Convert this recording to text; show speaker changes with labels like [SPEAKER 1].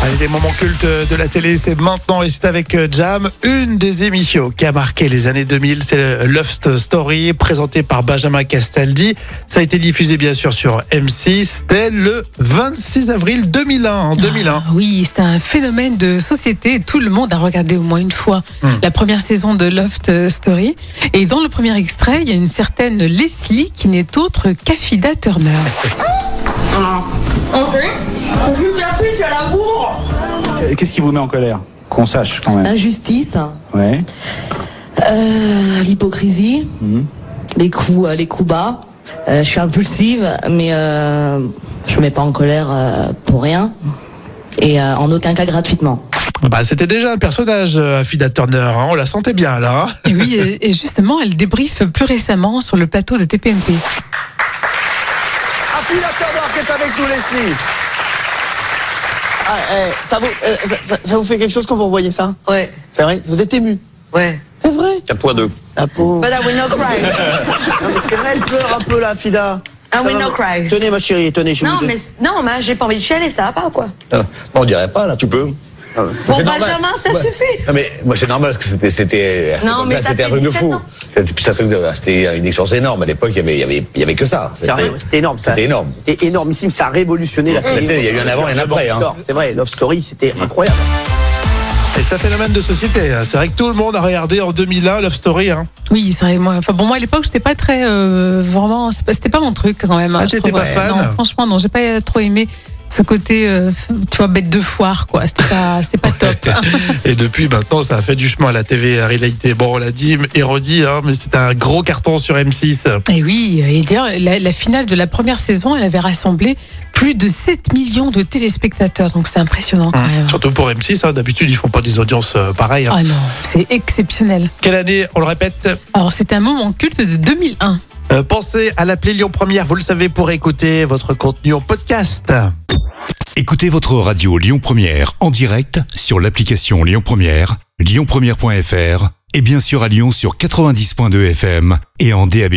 [SPEAKER 1] Allez, les moments cultes euh, de la télé, c'est maintenant et c'est avec euh, Jam. Une des émissions qui a marqué les années 2000, c'est euh, Love Story, présenté par Benjamin Castaldi. Ça a été diffusé bien sûr sur M6 dès le 26 avril 2001. En 2001.
[SPEAKER 2] Ah Oui, c'est un phénomène de société. Tout le monde a regardé au moins une fois
[SPEAKER 1] Hmm.
[SPEAKER 2] la première saison de Loft euh, Story. Et dans le premier extrait, il y a une certaine Leslie qui n'est autre qu'Afida Turner.
[SPEAKER 3] Ok. Je suis la fille, à l'amour.
[SPEAKER 4] Euh, Qu'est-ce qui vous met en colère Qu'on sache quand même.
[SPEAKER 5] L'injustice,
[SPEAKER 4] Ouais.
[SPEAKER 5] euh, l'hypocrisie, les coups, euh, les coups bas. Euh, je suis impulsive, mais euh, je me mets pas en colère euh, pour rien et euh, en aucun cas gratuitement.
[SPEAKER 1] Bah, C'était déjà un personnage, euh, Afida Turner. hein. On la sentait bien là. hein.
[SPEAKER 2] Et oui, et et justement, elle débriefe plus récemment sur le plateau de TPMP.
[SPEAKER 6] Appuie la Turner qui est avec nous, Leslie. Ah, eh, ça, vous, euh, ça, ça- ça vous fait quelque chose quand vous revoyez ça
[SPEAKER 7] Ouais,
[SPEAKER 6] C'est vrai Vous êtes ému
[SPEAKER 7] ouais.
[SPEAKER 6] C'est vrai
[SPEAKER 4] À poids deux.
[SPEAKER 6] La peau.
[SPEAKER 7] But I will not cry.
[SPEAKER 6] Non, mais c'est vrai, elle pleure un peu, la Fida.
[SPEAKER 7] Ah oui,
[SPEAKER 6] Ça va,
[SPEAKER 7] no cry.
[SPEAKER 6] Tenez, ma chérie, tenez, je vais
[SPEAKER 7] non,
[SPEAKER 6] vous
[SPEAKER 7] mais
[SPEAKER 6] donner.
[SPEAKER 7] non, mais j'ai pas envie de chialer, ça va pas, quoi.
[SPEAKER 8] Hein. on dirait pas, là, tu peux.
[SPEAKER 7] Bon, Benjamin, ça suffit.
[SPEAKER 8] Non, mais moi, c'est normal, parce que c'était. c'était à cette
[SPEAKER 7] Non, mais
[SPEAKER 8] époque-là,
[SPEAKER 7] ça
[SPEAKER 8] C'était un
[SPEAKER 7] fait
[SPEAKER 8] truc de
[SPEAKER 7] 17
[SPEAKER 8] fou.
[SPEAKER 7] ans.
[SPEAKER 8] C'était puis, c'était un truc de- c'était une expérience énorme. À l'époque, il y avait- il y avait- il y avait que ça.
[SPEAKER 6] Ça ré- C'était énorme, ça.
[SPEAKER 8] C'était énorme.
[SPEAKER 6] C'était énormissime, ça a révolutionné la télé.
[SPEAKER 8] C'était- il y a eu un avant et un après, hein.
[SPEAKER 6] C'est vrai, Love Story, c'était incroyable.
[SPEAKER 1] Et c'est un phénomène de société. hein. C'est vrai que tout le monde a regardé en 2001 Love Story. Hein.
[SPEAKER 2] Oui, c'est vrai. Moi, enfin, bon, moi à l'époque, j'étais pas très euh, vraiment. c'est pas- C'était pas mon truc quand même. hein,
[SPEAKER 1] Ah,
[SPEAKER 2] je
[SPEAKER 1] t'étais
[SPEAKER 2] trouve.
[SPEAKER 1] pas fan
[SPEAKER 2] Non, franchement, non, j'ai pas trop aimé ce côté, euh, tu vois, bête de foire, quoi. C'était pas, c'était pas top.
[SPEAKER 1] Et depuis maintenant, ça a fait du chemin à la TV à réalité. Bon, on l'a dit et redit, hein, mais c'était un gros carton sur M6.
[SPEAKER 2] Et Eh oui, et d'ailleurs, la, la finale de la première saison, elle avait rassemblé plus de 7 millions de téléspectateurs, donc c'est impressionnant quand même.
[SPEAKER 1] Surtout pour M6, hein, d'habitude ils font pas des audiences euh, pareilles. hein.
[SPEAKER 2] Ah non, c'est exceptionnel.
[SPEAKER 1] Quelle année, on le répète,
[SPEAKER 2] Alors, c'est un moment culte de 2001.
[SPEAKER 1] euh, pensez à l'appli Lyon Première, vous le savez, pour écouter votre contenu en podcast.
[SPEAKER 9] Écoutez votre radio Lyon Première en direct sur l'application Lyon Première, lyonpremière.fr et bien sûr à Lyon sur 90.2 FM et en DAB+.